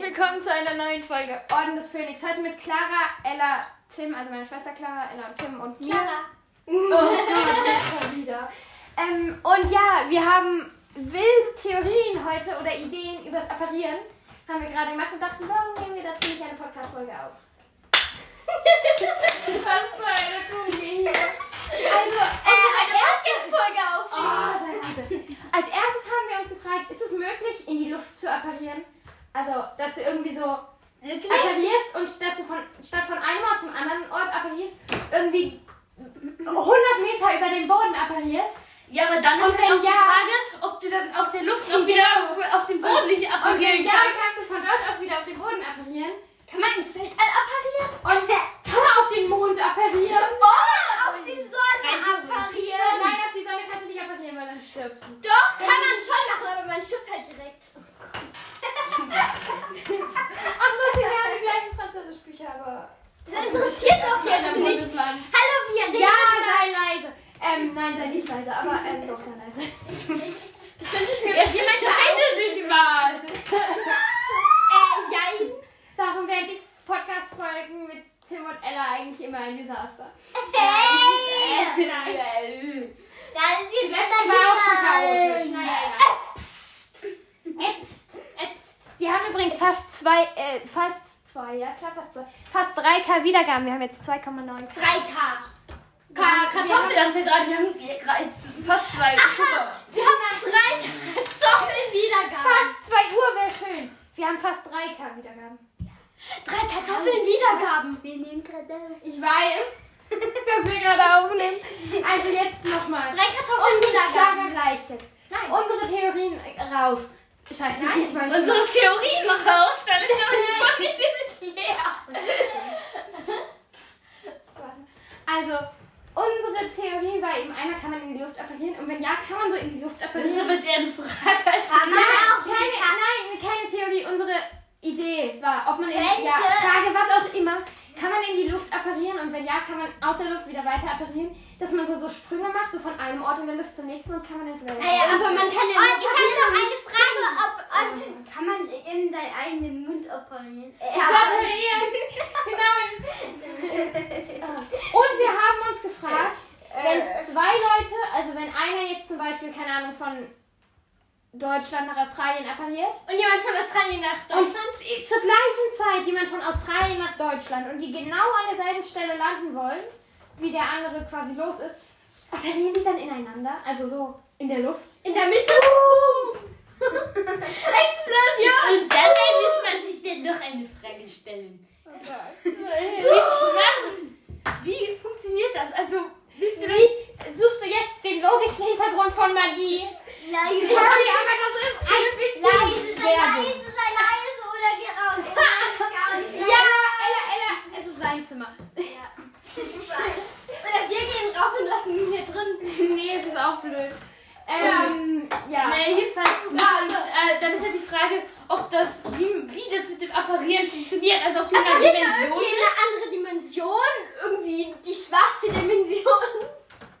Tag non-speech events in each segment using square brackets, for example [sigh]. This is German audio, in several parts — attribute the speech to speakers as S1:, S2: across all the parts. S1: willkommen zu einer neuen Folge Orden des Phönix. Heute mit Clara, Ella, Tim, also meine Schwester Clara, Ella und Tim und mir.
S2: Clara.
S1: Oh Gott, schon wieder. Ähm, und ja, wir haben wilde Theorien heute oder Ideen übers Apparieren. Haben wir gerade gemacht und dachten, warum nehmen wir dazu nicht eine Podcast-Folge auf? [laughs] Was für eine tun wir hier? Also, äh,
S2: Erstgastfolge
S1: Oh,
S2: aufnehmen.
S1: sei leise. Als erstes haben wir uns gefragt, ist es möglich, in die Luft zu apparieren? Also, dass du irgendwie so
S2: Wirklich?
S1: apparierst und dass du von, statt von einem Ort zum anderen Ort apparierst, irgendwie 100 Meter über den Boden apparierst.
S3: Ja, aber dann
S1: Und
S3: ist halt
S1: wenn
S3: auch die
S1: ja-
S3: Frage, ob du dann aus der Luft auch wieder auf- auf den Boden nicht
S1: Und
S3: abgehen
S1: dann ja,
S3: kannst.
S1: kannst du von dort auch wieder auf den Boden apparieren.
S3: Kann man ins Feld apparieren?
S1: Und kann man auf den Mond apparieren?
S2: Oh, auf die
S3: Also,
S2: Sonne apparieren.
S1: Nein, auf die Sonne kannst du nicht apparieren, weil dann stirbst du.
S2: Doch, kann man schon machen, aber man schippt halt direkt.
S1: Ach, muss ich ja die gleichen Französischbücher, aber...
S2: Das interessiert doch jetzt nicht. Hallo, wir reden
S1: Ja,
S2: über-
S1: sei leise. Ähm, nein, sei nicht leise, aber ähm, doch, sei leise.
S2: Das wünsche ich mir
S3: Jetzt
S2: bei dir
S3: entscheide dich mal.
S2: manchmal. Äh, jein.
S1: Darum werden die Podcast-Folgen mit Tim und Ella eigentlich immer ein Desaster.
S2: Hey!
S3: Nein.
S2: Das
S1: Die
S2: Äh, ist
S1: letzte war auch schon chaotisch.
S2: Nein.
S1: Naja, egal. Äpst. Äpst. Wir haben übrigens fast zwei, äh, fast zwei, ja klar, fast zwei. Fast 3k Wiedergaben. Wir haben jetzt 2,9.
S2: 3K.
S1: Ja,
S2: K
S3: Kartoffel,
S2: Kartoffeln.
S3: das ist ja gerade, wir haben
S2: eh
S3: gerade fast zwei. Aha.
S2: Wir haben drei Kartoffeln Wiedergaben.
S1: Fast 2 Uhr wäre schön. Wir haben fast 3k Wiedergaben.
S2: Drei Äh, Kartoffeln Wiedergaben. Wir nehmen gerade.
S1: Ich weiß, dass wir gerade aufnehmen. Also jetzt nochmal.
S2: Drei Kartoffeln
S1: Und
S2: Wiedergaben.
S1: Clara gleicht jetzt.
S2: Nein.
S1: Unsere Theorien raus. Scheiße, das ist nicht mein
S3: Unsere Theorie mal raus, dann ist ja
S1: [laughs]
S3: voll nicht leer.
S1: Also, unsere Theorie war eben einmal, kann man in die Luft apparieren und wenn ja, kann man so in die Luft
S3: Das ist
S1: apparieren.
S3: aber sehr eine Frage. Also,
S2: Kann man auch.
S1: keine, nein, keine Theorie, unsere Idee war, ob man in
S2: Welche?
S1: die ja, Frage, was auch immer, kann man in die Luft apparieren und wenn ja, kann man aus der Luft wieder weiter apparieren, dass man so, so Sprünge macht, so von einem Ort in der Luft zum nächsten und kann man jetzt wieder.
S2: Naja, aber man kann Ah ja
S4: Und
S2: nicht
S4: Oh, ich habe noch
S2: operieren.
S4: eine Frage, ob, ob kann man in seinen eigenen Mund operieren? Äh,
S1: So
S4: [laughs]
S1: apparieren! genau!
S2: [laughs]
S1: Und wir haben uns gefragt,
S2: Äh,
S4: Äh.
S1: wenn zwei Leute, also wenn einer jetzt zum Beispiel, keine Ahnung, von Deutschland nach Australien appariert
S2: Und jemand von Australien nach
S1: und
S2: Deutschland.
S1: eh, zur gleichen Zeit jemand von Australien nach Deutschland und die genau an derselben Stelle landen wollen, wie der andere quasi los ist, apparieren die dann ineinander, also so in der Luft.
S2: In der Mitte.
S4: Uh.
S2: [laughs] Explosion.
S3: Und dann muss man sich denn doch eine Frage stellen. Wie funktioniert das? Also, bist du
S1: Wie suchst du jetzt den logischen Hintergrund von Magie?
S4: leise,
S1: Ich hab dir einfach das ist ein bisschen
S4: leise, sei
S1: sehr dumm.
S4: leise, sei leise oder geh
S2: [laughs]
S4: raus.
S1: Ja, Ella, Ella, es ist sein Zimmer.
S2: Oder wir gehen raus und lassen ihn hier drin.
S1: [laughs] nee, es ist auch blöd. Ähm, ja. Ah,
S3: Naja, jedenfalls, ja, und, äh, dann ist halt die Frage, ob das, wie, wie das mit dem Apparieren funktioniert. Also, ob du in einer
S2: Appariert man
S3: Dimension
S2: irgendwie in
S3: bist.
S2: eine andere Dimension? Irgendwie die schwarze Dimension?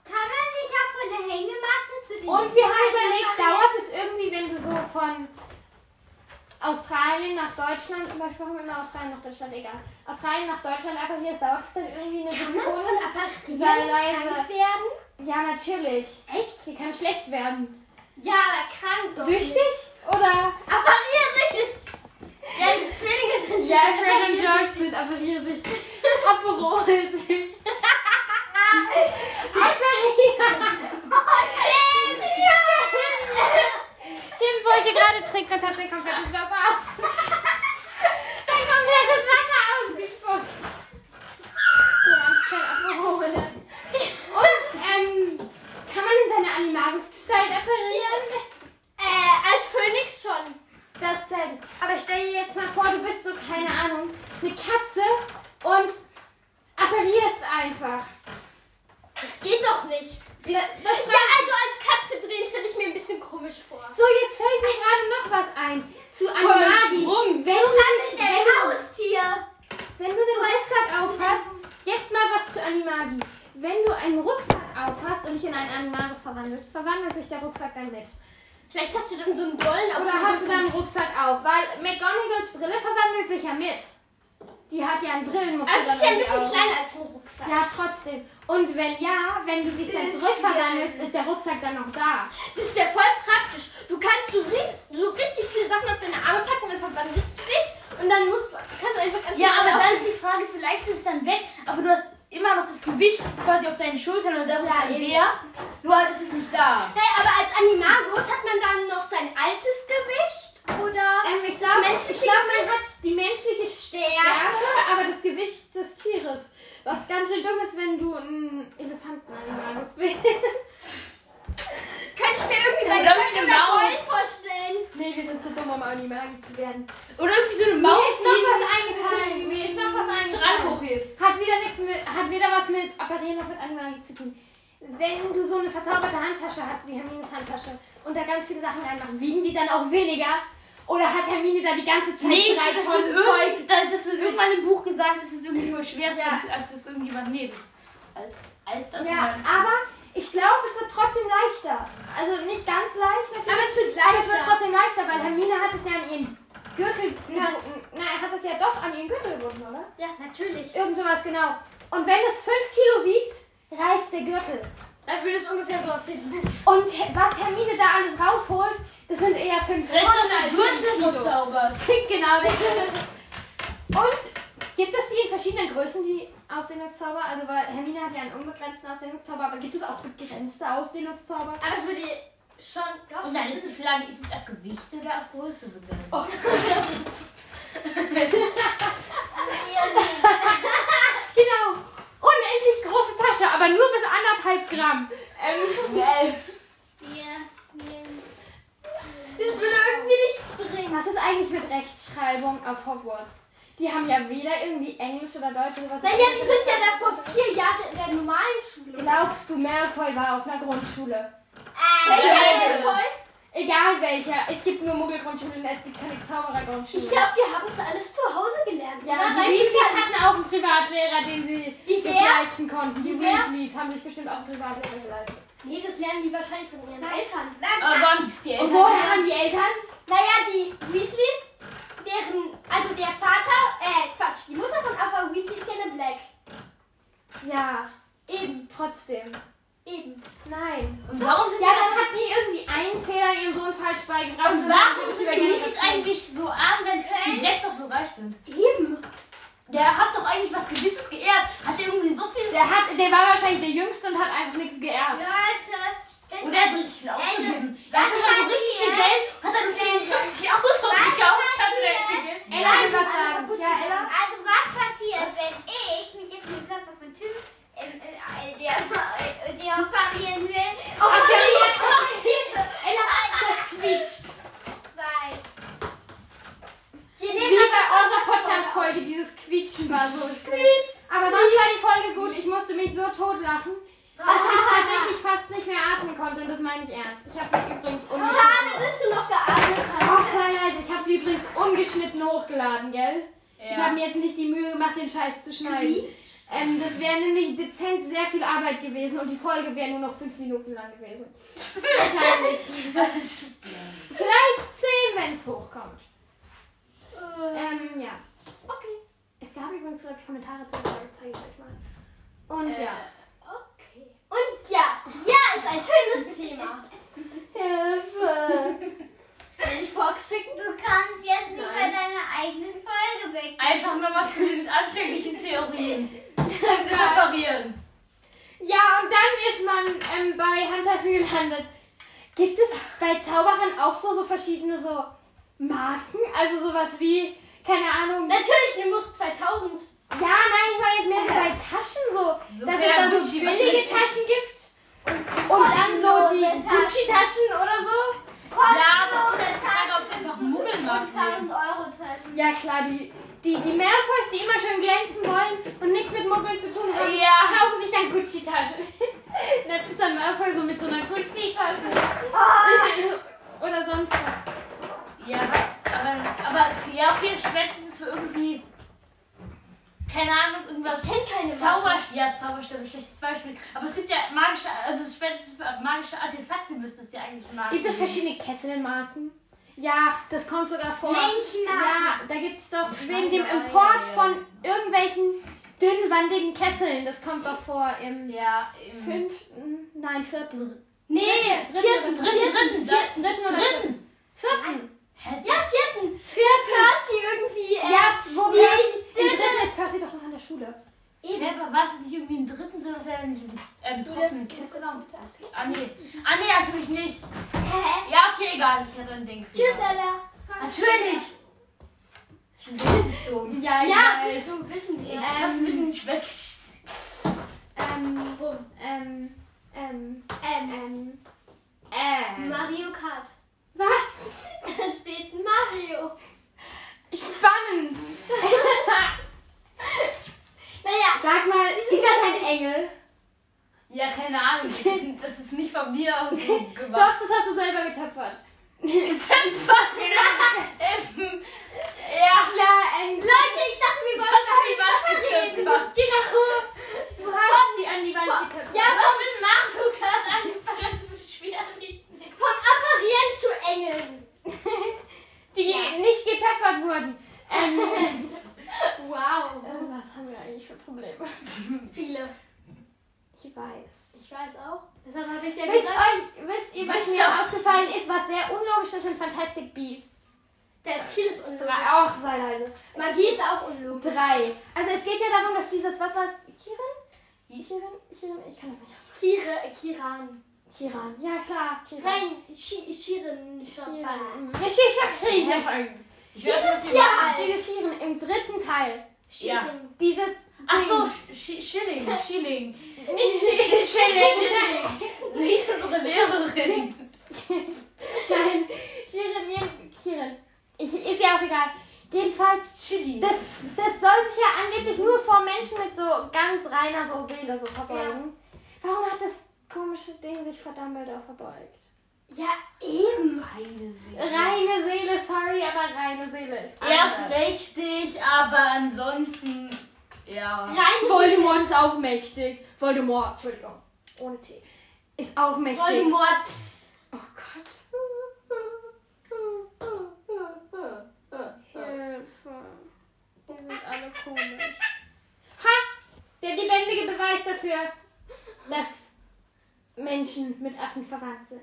S4: Kann man nicht auch von der Hängematte zu den
S1: Und wir haben überlegt, dauert es irgendwie, wenn du so von Australien nach Deutschland, zum Beispiel warum immer Australien nach Deutschland, egal. Australien nach Deutschland apparierst, dauert es dann irgendwie eine Sekunde?
S2: Von apparieren
S1: Sei leise.
S2: krank werden?
S1: Ja, natürlich. Echt? Die kann schlecht werden.
S2: Ja, aber krank doch nicht.
S1: Süchtig? [laughs] Oder?
S2: Apparieren süchtig. Ja, die Zwillinge sind
S1: Ja, Fred und
S2: apparieren
S1: George
S2: süchtig.
S1: sind appariersüchtig. Aperol sind. Tim wollte gerade trinken und hat den kompletten Wasser aus. Dein komplettes Wasser ausgespuckt. Ja, kein Alkohol. Und, ähm, kann man in seine Animagusgestalt apparieren?
S2: [laughs] Äh, als Phönix schon.
S1: Das denn? Aber stell dir jetzt mal vor, du bist so, keine Ahnung, eine Katze und apparierst einfach.
S2: Das geht doch nicht.
S1: Wie- Das
S2: Ja, also als Katze drehen stelle ich mir ein bisschen komisch vor.
S1: So, jetzt fällt mir gerade noch was ein. Zu Animagi. Wenn
S3: Sprung.
S1: du,
S4: ist
S1: wenn,
S4: ein
S1: du,
S4: Haustier.
S1: wenn du den Rucksack aufhast, jetzt mal was zu Animagi. Wenn du einen Rucksack aufhast und dich in einen Animagus verwandelst, verwandelt sich der Rucksack dann mit.
S2: Vielleicht hast du dann so einen Bollen auf
S1: Oder
S2: dem
S1: hast du
S2: Rücken.
S1: deinen Rucksack auf? Weil McGonagalls Brille verwandelt sich ja mit. Die hat ja einen Brillenmuster.
S2: Also es ist ja ein
S1: irgendwie
S2: bisschen
S1: auch.
S2: kleiner als ein Rucksack.
S1: Ja, trotzdem. Und wenn ja, wenn du dich dann
S4: Ist
S1: zurückverwandelst,
S4: geil.
S1: ist der Rucksack dann noch da.
S2: Das wäre voll praktisch. Du kannst so, ries- so richtig viele Sachen auf deine Arme packen und verwandelst du dich und dann musst du, kannst du einfach ganz
S3: Ja,
S2: normal
S3: aber
S2: laufen.
S3: dann ist die Frage, vielleicht ist es dann weg, aber du hast immer noch das Gewicht quasi auf deinen Schultern und da ist dann
S1: eben.
S3: leer, nur halt ist es nicht da.
S2: Hey, aber als Animagus hat man dann noch sein altes Gewicht oder
S1: Ähm, ich
S2: das
S1: glaube, ich
S2: menschliche
S1: glaub, man
S2: Gewicht?
S1: hat die menschliche
S2: Stärke.
S1: Stärke, aber das Gewicht des Tieres. Was ganz schön dumm ist, wenn du ein Elefantenanimalus bist.
S2: Könnte ich mir irgendwie
S3: Ja, genau.
S2: bei
S3: glaub ich,
S2: Köln
S3: eine
S2: oder
S3: Maus.
S2: Gold vorstellen.
S1: nee, wir sind zu dumm, um Animagi zu werden.
S3: Oder irgendwie so eine
S1: Mir
S3: Maus,
S1: ist noch was eingefallen. Mir ist noch was
S3: die den Schrank
S1: eingefallen.
S3: hochhebt.
S1: Hat wieder nichts mit, hat wieder was mit Apparieren und mit Animagi zu tun. Wenn du so eine verzauberte Handtasche hast, wie Hermines Handtasche, und da ganz viele Sachen reinmachen, wiegen die dann auch weniger? Oder hat Hermine da die ganze Zeit
S3: Nee, ich
S1: drei
S3: glaub, das
S1: Tonnen
S3: wird,
S1: Zeug?
S3: irgend, da- das wird irgendwann im Buch gesagt, dass es irgendwie voll schwer ist, wenn- als das irgendjemand nimmt. Als, als das
S1: Ja,
S3: jemand-
S1: aber ich glaube, es wird trotzdem leichter. Also nicht ganz leicht, natürlich,
S2: Aber es wird
S1: aber es wird
S2: leichter.
S1: trotzdem leichter, weil Hermine hat es ja an ihren Gürtel gebunden. Na, er hat es ja doch an ihren Gürtel gebunden, oder?
S2: Ja, natürlich.
S1: Irgend sowas, genau. Und wenn es 5 Kilo wiegt, reißt der Gürtel.
S2: Dann würde es ungefähr so aussehen.
S1: Und He- was Hermine da alles rausholt, das sind eher 5
S3: Vielleicht ist
S1: Tonnen
S3: auch ein
S1: als
S3: Gürtel
S1: fünf Kilo.
S3: verzaubert.
S1: [laughs] Genau, der Gürtel. Und gibt es die in verschiedenen Größen, die Ausdehnungszauber? Also, weil Hermine hat ja einen unbegrenzten Ausdehnungszauber, aber gibt es auch begrenzte Ausdehnungszauber?
S2: Aber es würde schon, doch.
S3: Und dann ist die Frage, ist es auf Gewicht oder auf Größe begrenzt?
S1: Genau. Unendlich große Tasche, aber nur bis anderthalb Gramm. Ähm,
S2: Das würde irgendwie nichts bringen.
S1: was ist eigentlich mit Rechtschreibung auf Hogwarts? Die haben ja weder irgendwie Englisch oder Deutsch oder was.
S2: Naja, die sind ja da vor vier Jahren in der normalen Schule.
S1: Glaubst du, Malfoy war auf einer Grundschule?
S2: Hey, voll.
S1: Egal welcher. Es gibt nur Muggelgrundschulen, es gibt keine Zauberergrundschulen.
S2: Ich glaube, wir haben es alles zu Hause gelernt.
S1: ja,
S2: oder?
S1: die
S2: Rein
S1: Weasleys
S2: bisher-
S1: hatten auch einen Privatlehrer, den sie
S2: Die
S1: sich
S2: wer?
S1: leisten konnten. Die
S2: Die wer?
S1: Weasleys haben sich bestimmt auch einen Privatlehrer geleistet.
S2: Nee, das lernen die wahrscheinlich von ihren
S4: Nein.
S2: Eltern.
S3: Aber warum ist die Eltern?
S1: Und woher haben die Eltern?
S2: Naja, die Weasleys, deren, also der Vater, äh, Quatsch, die Mutter von Alpha Weasley ist ja eine Black.
S1: Ja, eben, trotzdem.
S2: Eben.
S1: Nein.
S3: Und warum sind
S1: Ja,
S3: die
S1: dann hat Also, die irgendwie einen Fehler ihrem Sohn falsch beigebracht.
S3: Und warum sind die Weasleys eigentlich so arm, wenn die jetzt doch so reich sind?
S2: Eben.
S3: Der hat doch eigentlich was Gewisses geehrt. Hat der irgendwie so viel.
S1: Der, hat, der war wahrscheinlich der Jüngste und hat einfach nichts geerbt.
S3: Oder er hat richtig viel ausgegeben. Er hat
S4: was
S3: sich halt so
S4: hat
S3: richtig
S4: die,
S3: viel
S4: äh?
S3: Geld, hat dann irgendwie 50 Autos gekauft,
S4: hat
S3: hat
S4: die,
S3: direkt
S4: äh?
S3: viel Geld.
S1: Ella will was sagen. Ja, Ella?
S4: Also was passiert, wenn ich mich jetzt mit dem Körper von Tim, ähm, äh, der, äh, der operieren will?
S2: Oh,
S1: Ella, das quietscht.
S4: Weil
S2: Die
S1: Wie
S2: nehmen
S1: bei
S2: aber
S1: unserer
S2: Podcast-
S1: Podcast-Folge, dieses Quietschen war so schlimm. Aber sonst war die Folge gut. Ich musste mich so tot lachen, dass ich tatsächlich fast nicht mehr atmen konnte. Und das meine ich ernst. Ich habe sie übrigens ungeschnitten.
S2: Schade, dass du noch geatmet hast.
S1: Oh, sei leise. Ich habe sie übrigens ungeschnitten hochgeladen, gell? Ich habe
S3: Ja.
S1: mir jetzt nicht die Mühe gemacht, den Scheiß zu schneiden.
S2: Mhm.
S1: Ähm, das wäre nämlich dezent sehr viel Arbeit gewesen und die Folge wäre nur noch fünf Minuten lang gewesen.
S2: [laughs]
S1: Wahrscheinlich. Vielleicht zehn, wenn es hochkommt. Ähm, ja.
S2: Äh. Okay.
S1: Es gab übrigens, glaube ich, Kommentare zu der Folge, zeige ich euch mal. Und
S2: Äh,
S1: ja.
S2: Okay. Und ja, ja ist ein schönes Thema.
S1: [laughs] Hilfe!
S2: Wenn ich Fox schicken
S4: du kannst jetzt nicht
S3: Nein.
S4: bei deiner eigenen Folge weg.
S3: Einfach nochmal zu den anfänglichen Theorien. Das reparieren.
S1: Ja, und dann ist man ähm, bei Handtaschen gelandet. Gibt es bei Zauberern auch so, so verschiedene so Marken? Also sowas wie, keine Ahnung,
S2: Natürlich, du musst 2000.
S1: Ja, nein, ich meine jetzt mehr so bei Taschen so,
S3: So
S1: dass es da
S3: kleine
S1: so
S3: Gucci, was
S1: also billige
S3: weiß ich.
S1: Taschen gibt und, und dann so die
S4: Kostenlose Taschen.
S1: Gucci-Taschen oder so.
S3: Ja, aber oder ist die Frage, ob es einfach Muggelmarkt nehmen.
S4: 1000 Euro Taschen.
S1: Ja klar, die, die, die Malfoys, die immer schön glänzen wollen und nichts mit Muggeln zu tun haben,
S3: Ja.
S1: kaufen sich dann Gucci-Taschen. [laughs] Und Jetzt ist dann Malfoy so mit so einer Gucci-Tasche
S3: Ah!
S1: oder sonst was.
S3: Ja, aber, aber ja, okay, spätestens für irgendwie. Keine Ahnung, irgendwas.
S2: Ich kenne keine
S3: Zauber, ja, ja, Zauberstab ist ein schlechtes Beispiel. Aber es gibt ja magische, also spätestens für magische Artefakte müsste es ja eigentlich magisch
S1: Gibt es verschiedene Kesselmarken? Ja, das kommt sogar vor. Ja,
S4: Menschenmarken.
S1: da gibt es doch wegen dem
S3: ja,
S1: Import
S3: ja, ja.
S1: von irgendwelchen dünnwandigen Kesseln. Das kommt doch vor im
S3: Ja, eben.
S1: fünften, nein, vierten.
S2: [laughs] Nee,
S1: Dritten,
S2: vierten, dritten, dritten,
S1: Vierten,
S2: vierten.
S1: dritten oder
S2: Dritten.
S1: Vierten.
S2: Ja, vierten.
S1: Vierten.
S2: Percy irgendwie. Äh,
S1: Ja, wo
S2: die-
S1: Percy,
S2: die-
S1: im dritten ist Percy doch noch an der Schule.
S3: Eben. Aber war es nicht irgendwie im dritten so, dass er in diesen ähm, trockenen Kessel und das. Ah, nee. Ah, nee, natürlich nicht.
S2: Hä?
S3: Ja, okay, egal. Ich hatte ein Ding. für-
S2: Tschüss, Ella.
S3: Natürlich. Ich bin so richtig dumm.
S1: Ja,
S2: Ja,
S1: weiß.
S2: so wissen wir.
S3: Ich hab's ein bisschen nicht weg.
S2: Ähm, wo?
S1: Ähm, ähm,
S2: Ähm,
S1: ähm, ähm.
S2: Mario Kart. [laughs]
S1: Was?
S2: Da steht Mario.
S1: Spannend.
S2: Naja,
S3: [laughs]
S1: Sag mal, ist das ein Engel?
S3: Ja, keine Ahnung. Das ist, das ist nicht von mir aus so gemacht.
S1: Doch, das hast du selber getöpfert.
S3: Ähm, ja.
S1: Klar, ähm,
S2: Leute, ich dachte, wir
S3: Ich
S2: wollen
S3: hab's an die Wand getöpfert.
S1: du hast die an die Wand getöpfert.
S2: Ja,
S3: Was mit Mario Kart angefangen zu beschweren?
S2: vom Apparieren zu Engeln.
S1: [laughs] Die nicht getöpfert wurden. Ähm,
S2: Wow.
S1: Äh, was haben wir eigentlich für Probleme?
S2: Ähm, Viele.
S1: Ich weiß.
S2: Ich weiß auch. Deshalb habe ich ja
S1: Wisst,
S2: gesagt.
S1: euch, wisst ihr, was
S3: Wisst
S1: mir
S3: ihr-
S1: aufgefallen ist, was sehr unlogisch ist in Fantastic Beasts?
S2: Da ist vieles
S1: Drei.
S2: unlogisch.
S1: Auch sei leise.
S2: Magie ist auch unlogisch.
S1: Drei. Also es geht ja darum, dass dieses, was war es? Kiran? Kiran? Kiran? Ich kann das nicht.
S2: Kira, äh, Kiran.
S1: Kiran. Ja, klar. Kiran.
S2: Nein, Shi- Shirin Shabba.
S1: Kiran. Mhm. Ich, ich hab Kiran.
S3: Ich weiß,
S2: Dieses
S3: was die-
S2: Tier halt.
S1: Dieses Kiran im dritten Teil.
S2: Shirin.
S1: Dieses.
S3: Ach so, Sch- Sch- Schilling, Schilling.
S1: Nicht Kiran.
S3: So hieß unsere Lehrerin.
S1: Nein, Shirin, mir, Kirin. Ich, ist ja auch egal. Jedenfalls,
S3: Chili.
S1: das, das soll sich ja angeblich nur vor Menschen mit so ganz reiner so Seele so verbeugen. Warum hat das komische Ding sich vor Dumbledore verbeugt?
S2: Ja, eben.
S3: Meine Seele.
S1: Reine Seele, sorry, aber reine Seele ist
S3: Er ist
S1: anders.
S3: mächtig, aber ansonsten. Ja.
S2: Rein
S1: Voldemort ist auch mächtig. Voldemort, Entschuldigung, ohne T. Ist auch mächtig.
S2: Voldemort.
S1: Oh Gott. Hilfe. Die sind alle komisch. Ha! Der lebendige Beweis dafür, dass Menschen mit Affen verwandt sind.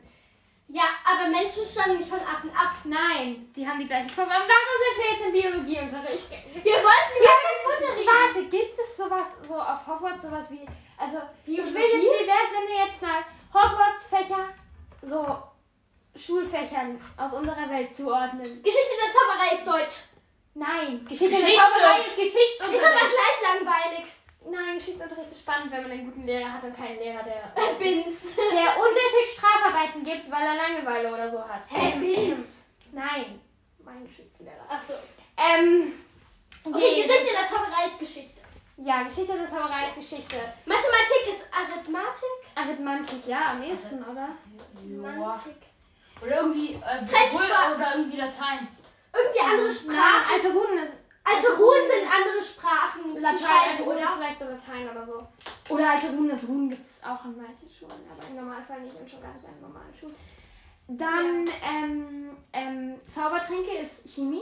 S2: Ja, aber Menschen stammen nicht von Affen ab.
S1: Nein, die haben die gleichen Verwandten. Warum sind wir jetzt im Biologieunterricht? Ja,
S2: Wir wollten über Mutter
S1: das-
S2: reden.
S1: Warte, gibt es sowas so auf Hogwarts, sowas wie. Also, ich will
S2: Biologie?
S1: jetzt, wie wäre es, wenn wir jetzt mal Hogwarts-Fächer so Schulfächern aus unserer Welt zuordnen?
S2: Geschichte der Zauberei ist deutsch.
S1: Nein, Geschichte,
S3: Geschichte.
S1: Geschichte. ist
S2: Ist aber
S1: Geschichtsunterricht.
S2: gleich langweilig.
S1: Nein, Geschichtsunterricht ist spannend, wenn man einen guten Lehrer hat und keinen Lehrer, der,
S2: Äh, Bin's.
S1: der unnötig Strafarbeiten gibt, weil er Langeweile oder so hat. Ähm,
S2: Hey, bin's.
S1: Nein, mein Geschichtslehrer.
S2: Achso.
S1: Ähm,
S2: Okay,
S1: je-
S2: Geschichte der Zauberei ist Geschichte.
S1: Ja, Geschichte des Zauberei ist Geschichte.
S2: Mathematik ist Arithmatik.
S1: Arithmantik, ja, am ehesten, oder?
S3: Joa.
S2: Mantik.
S3: Oder irgendwie. Äh,
S2: Kein
S3: wohl-
S2: Spaß.
S3: oder irgendwie Latein.
S2: Irgendwie andere
S1: Nein,
S2: Sprachen.
S1: alte Runen ist
S2: Alte Also Runen also sind andere Sprachen. zu
S1: Latein,
S2: schreiben,
S1: alte Runen ist
S2: oder?
S1: vielleicht so Latein oder so. Oder alte Runen ist Runen gibt es auch an manchen Schulen, aber im Normalfall nicht und schon gar nicht an normalen Schulen. Dann ähm, ähm, Zaubertränke ist Chemie.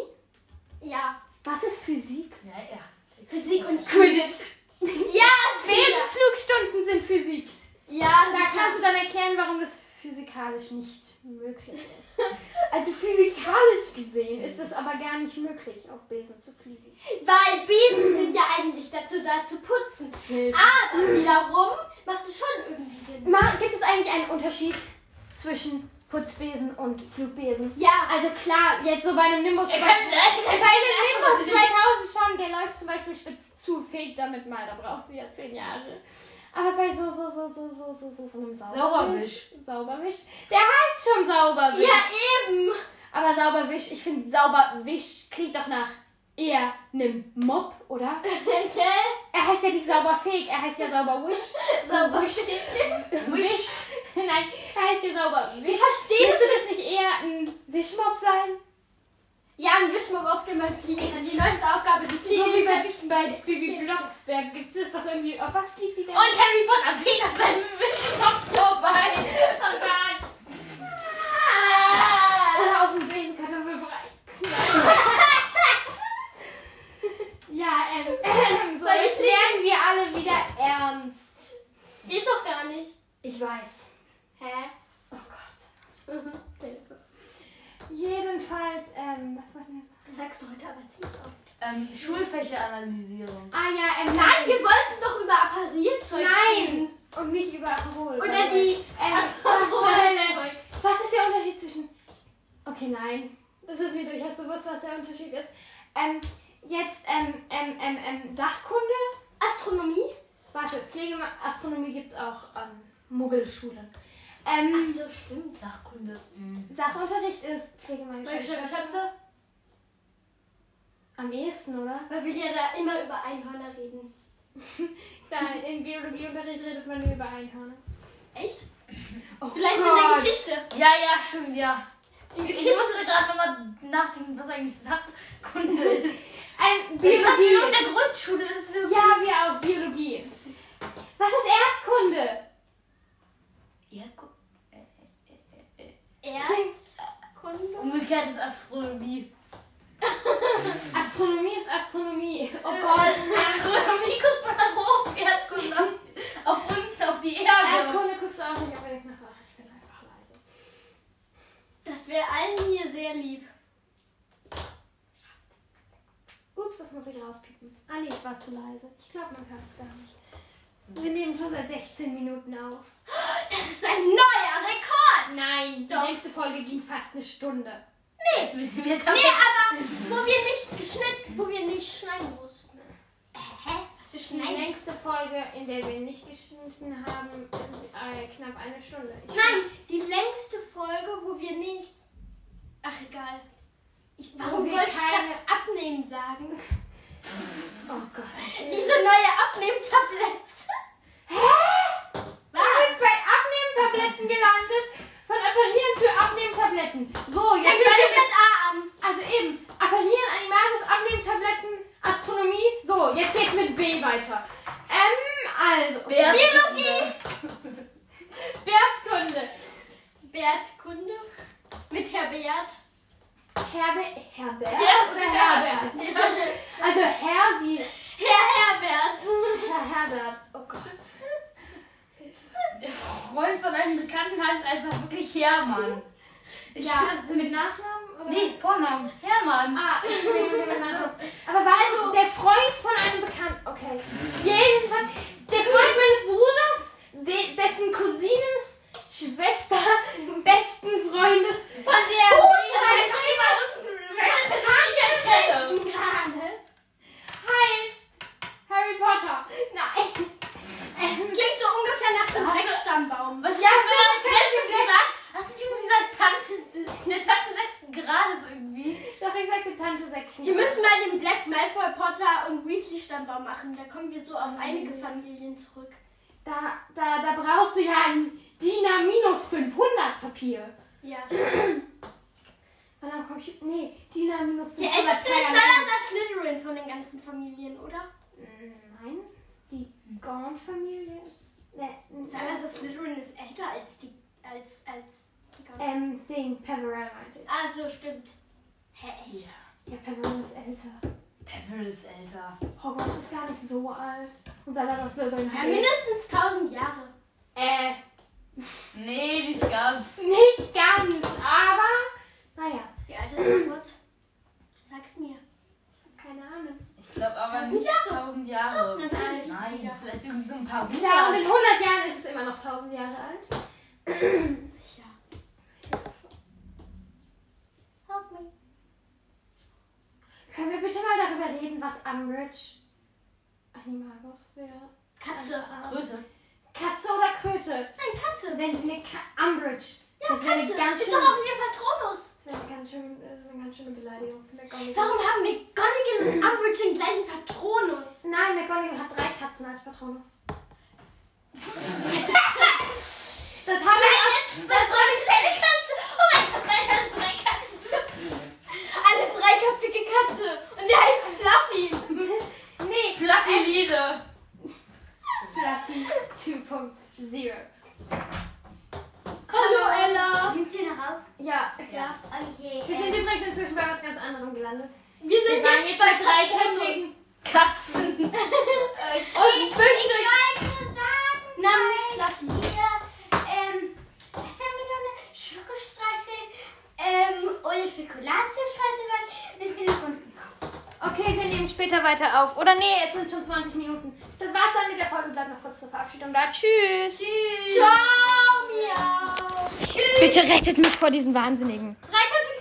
S2: Ja.
S1: Was ist Physik?
S3: Ja, ja.
S2: Physik und
S1: Quidditch.
S2: Ja, sicher.
S1: Besenflugstunden sind Physik.
S2: Ja,
S1: Da
S2: sicher.
S1: kannst du dann erklären, warum das physikalisch nicht möglich ist. [laughs] Also physikalisch gesehen ist es aber gar nicht möglich, auf Besen zu fliegen.
S2: Weil Besen sind ja eigentlich dazu da zu putzen.
S1: Hilfe.
S2: Aber wiederum macht es schon irgendwie Sinn.
S1: Ma- Gibt es eigentlich einen Unterschied zwischen Putzbesen und Flugbesen?
S2: Ja.
S1: Also klar, jetzt so bei einem Nimbus.
S3: Er
S1: Bei
S3: kann-
S1: bei einem Nimbus 2000 schon, der läuft zum Beispiel spitz zu, fegt damit mal, da brauchst du ja 10 Jahre. Aber bei so, so, so, so, so, so, so, so einem Sauberwisch.
S3: Sauberwisch.
S1: Sauberwisch. Der heißt schon Sauberwisch.
S2: Ja, eben. [laughs]
S1: Aber Sauberwisch, ich finde Sauberwisch klingt doch nach eher einem Mob, oder?
S2: Okay.
S1: Er heißt ja nicht Sauberfeg, er heißt ja Sauberwisch. [laughs]
S2: Sauberstäbchen.
S3: Wisch.
S1: Nein, er heißt ja Sauberwisch.
S2: Ich verstehe
S1: Müsste das nicht eher ein Wischmob sein?
S2: Ja, ein Wischmob auf dem man fliegen kann. Die neueste Aufgabe, die
S1: So
S2: Fliege
S1: wie bei,
S2: überwischen.
S1: bei Bibi Blocksberg gibt es doch irgendwie. Auf was fliegt die denn?
S3: Und Harry Potter fliegt auf seinem [laughs] Wischkopf vorbei. Oh Gott.
S1: Oder auf dem Besen
S2: [laughs]
S1: Kartoffelbrei. ja, ähm, [clears throat] so
S2: Soll ich
S1: jetzt lernen wir alle wieder ernst.
S2: Geht doch gar nicht.
S1: Ich weiß.
S2: Hä? Mhm.
S1: Oh Gott.
S2: Hilfe.
S1: Jedenfalls, ähm, was wollten wir?
S2: Das sagst du heute aber ziemlich oft.
S5: Ähm, Schulfächeranalysieren.
S1: Ah ja, ähm,
S2: Nein, wir wollten doch über Apparierzeug reden.
S1: Nein! Und nicht über Alkohol.
S2: Oder
S1: Weil-
S2: die
S1: Ähm, was zur Hölle?
S2: Apparierzeug.
S1: Was ist der Unterschied zwischen. Okay, nein. Das ist mir durchaus bewusst, was der Unterschied ist. Ähm, jetzt, ähm, ähm, ähm, ähm, Sachkunde.
S2: Astronomie?
S1: Warte, Pflegeastronomie gibt's auch an Muggelschule. Ähm,
S2: So stimmt, Sachkunde.
S5: Mhm.
S1: Sachunterricht ist Pflegemeinschaft.
S2: Geschöpfe?
S1: Am ehesten, oder?
S2: Weil wir ja da immer über Einhörner reden.
S1: Nein, halt in Biologieunterricht redet man nur über Einhörner.
S2: Echt?
S1: Oh
S2: Vielleicht in
S1: Gott.
S2: der Geschichte.
S5: Ja, ja, stimmt, ja.
S2: In
S5: Ich
S2: Geschichte.
S5: musste gerade nochmal nachdenken, was eigentlich [laughs] Sachkunde ist.
S1: Ähm,
S5: Ich hatte nur in
S1: Biologie.
S5: der Grundschule. Das ist so
S1: Ja, wir auch, Biologie. Was ist Erdkunde?
S5: Erdkunde.
S2: Erdkunde?
S5: Umgekehrt ist Astronomie.
S1: Astronomie ist Astronomie. Oh
S2: Äh,
S5: Oh
S1: Gott.
S5: Gott, Astronomie guckt man nach oben, Erdkunde auf- auf unten, auf die
S3: Also.
S5: Erde.
S1: Erdkunde Äh, guckst du auch nicht, aber denk nach, ach, ich bin einfach leise.
S2: Das wäre allen hier sehr lieb.
S1: Ups, das muss ich rauspiepen. Ah nee, ich war zu leise. Ich glaube, man hört es gar nicht. Wir nehmen schon seit 16 Minuten auf.
S2: Das ist ein neuer Rekord!
S1: Nein, die
S2: Doch.
S1: nächste Folge ging fast eine Stunde.
S5: Nee, jetzt müssen wir
S2: Nee,
S5: damit.
S2: aber wo wir nicht geschnitten, wo wir nicht schneiden mussten. Äh, Hä? Was für
S1: Die
S2: schneiden?
S1: längste Folge, in der wir nicht geschnitten haben, ist äh, knapp eine Stunde. Ich
S2: Nein, die längste Folge, wo wir nicht. Ach egal. Ich, warum
S1: wir
S2: wollte ich
S1: keine-
S2: gerade abnehmen sagen?
S1: Oh Gott.
S2: Diese neue Abnehmtablette.
S1: Wir sind bei Abnehmtabletten gelandet. Von Appellieren zu Abnehmtabletten. So, jetzt
S2: Fängt alles
S1: sind
S2: mit A an.
S1: wir, Also eben, Appellieren, Animalis, Abnehmtabletten, Astronomie. So, jetzt geht's mit B weiter. Ähm, also.
S5: Biologie!
S1: Wertskunde.
S2: Bertkunde. Mit Herr Bert.
S1: Herbe, Herbert oder Herbert? Also Herr wie
S2: Herr Herbert.
S1: Herr Herbert. Oh Gott.
S5: Der Freund von einem Bekannten heißt einfach wirklich Hermann. Ich
S1: Ja,
S5: schwör's.
S1: mit Nachnamen? Oder?
S5: Nee, Vornamen. Hermann.
S1: [laughs] Ah, aber war also der Freund von einem Bekannten. Okay. Jedenfalls, der Freund meines Bruders, de dessen Cousines, Schwester, [laughs] besten Freundes.
S2: Von der
S1: Fußballtrainer- Tante des Granes heißt Harry Potter. Nein. Ähm,
S2: Klingt so ungefähr nach dem Dreckstammbaum.
S5: Was
S1: Ja,
S5: hast du
S1: stimmt,
S5: als
S1: das
S5: letztes
S1: stimmt.
S5: gesagt? Hast du nicht immer gesagt, Tante ist eine Tante sechsten Grades irgendwie?
S1: doch, ich sagte Tante Sechs.
S2: Wir müssen mal den Black Malfoy Potter und Weasley Stammbaum machen. Da kommen wir so auf einige Familien zurück.
S1: Da, da, da brauchst du ja ein DIN minus 500 Papier.
S2: Ja.
S1: Und dann Computer. Nee, DIN A minus 500.
S2: Der älteste ist Salazar Slytherin von den ganzen Familien, oder?
S1: Nein, die Gorn-Familie ist. Ne, ne,
S2: Salazar Slytherin ist älter als die. als. als. die ganzen.
S1: ähm, Ding, Peverell meinte ich.
S2: Ah, so stimmt. Hä, echt?
S1: Ja, Peverell ist älter.
S5: Pepper ist älter.
S1: Hogwarts Oh ist gar nicht so alt. Und Salazar Slytherin
S2: Ja,
S1: hat-
S2: mindestens 1000 Jahre.
S1: Äh,
S5: Nee, nicht ganz.
S1: nicht ganz, aber. Naja,
S2: Wie alt ist Hogwarts? Sag's mir.
S1: keine Ahnung.
S5: Ich glaube aber
S2: Tausend
S5: nicht
S2: Jahre.
S5: 1000 Jahre.
S2: Doch, natürlich.
S5: Nein,
S2: Ja.
S5: vielleicht irgendwie so ein paar
S1: Klar, und
S5: hundert.
S1: in 100 Jahren ist es immer noch 1000 Jahre alt.
S2: Sicher. Help me.
S1: Können wir bitte mal darüber reden, was Umbridge Animagus wäre?
S2: Katze.
S5: Größe.
S1: Katze oder Kröte?
S2: Nein, Katze.
S1: Wenn sie eine Ka Umbridge.
S2: Ja,
S1: das wäre eine
S2: Katze.
S1: ganz
S2: Ist
S1: schön.
S2: doch auch Leopatronus.
S1: Das wäre eine ganz schön, das wäre eine ganz schöne Beleidigung für McGonagall.
S2: Warum haben McGonagall und Umbridge den gleichen Patronus? [laughs]
S1: Nein, McGonagall hat drei Katzen als Patronus. das haben wir
S2: Das war eine kleine Katze. Oh mein Gott, nein, das ist drei Katzen. Alle drei
S6: Katze. Und die heißt Fluffy.
S1: Nee,
S3: Fluffy Liebe.
S1: Fluffy 2.0.
S6: Hallo Ella.
S2: Nimmt ihr noch auf?
S1: Ja,
S2: Ja. Okay.
S1: wir sind
S2: ähm,
S1: übrigens inzwischen bei was ganz anderem gelandet.
S6: Wir
S1: Wir
S6: sind
S1: waren
S6: jetzt
S1: jetzt
S6: bei
S1: bei
S6: drei
S1: dreiköpfigen
S6: Katzen.
S2: okay.
S1: und zwischendurch.
S2: Äh, Ich wollte nur sagen,
S6: Namens
S2: weil
S6: Fluffy.
S2: wir, ähm, was haben wir noch? Eine Schokostreusel, ähm, oder Spekulatiusstreusel waren. Wir sind nach unten gekommen.
S1: Okay, wir nehmen später weiter auf. Oder nee, es sind schon 20 Minuten. Das war's dann mit der Folge. Bleibt noch kurz zur Verabschiedung da. Tschüss.
S2: Tschüss.
S6: Ciao, Miau.
S1: Bitte rettet mich vor diesen Wahnsinnigen.
S6: Dreiköpfige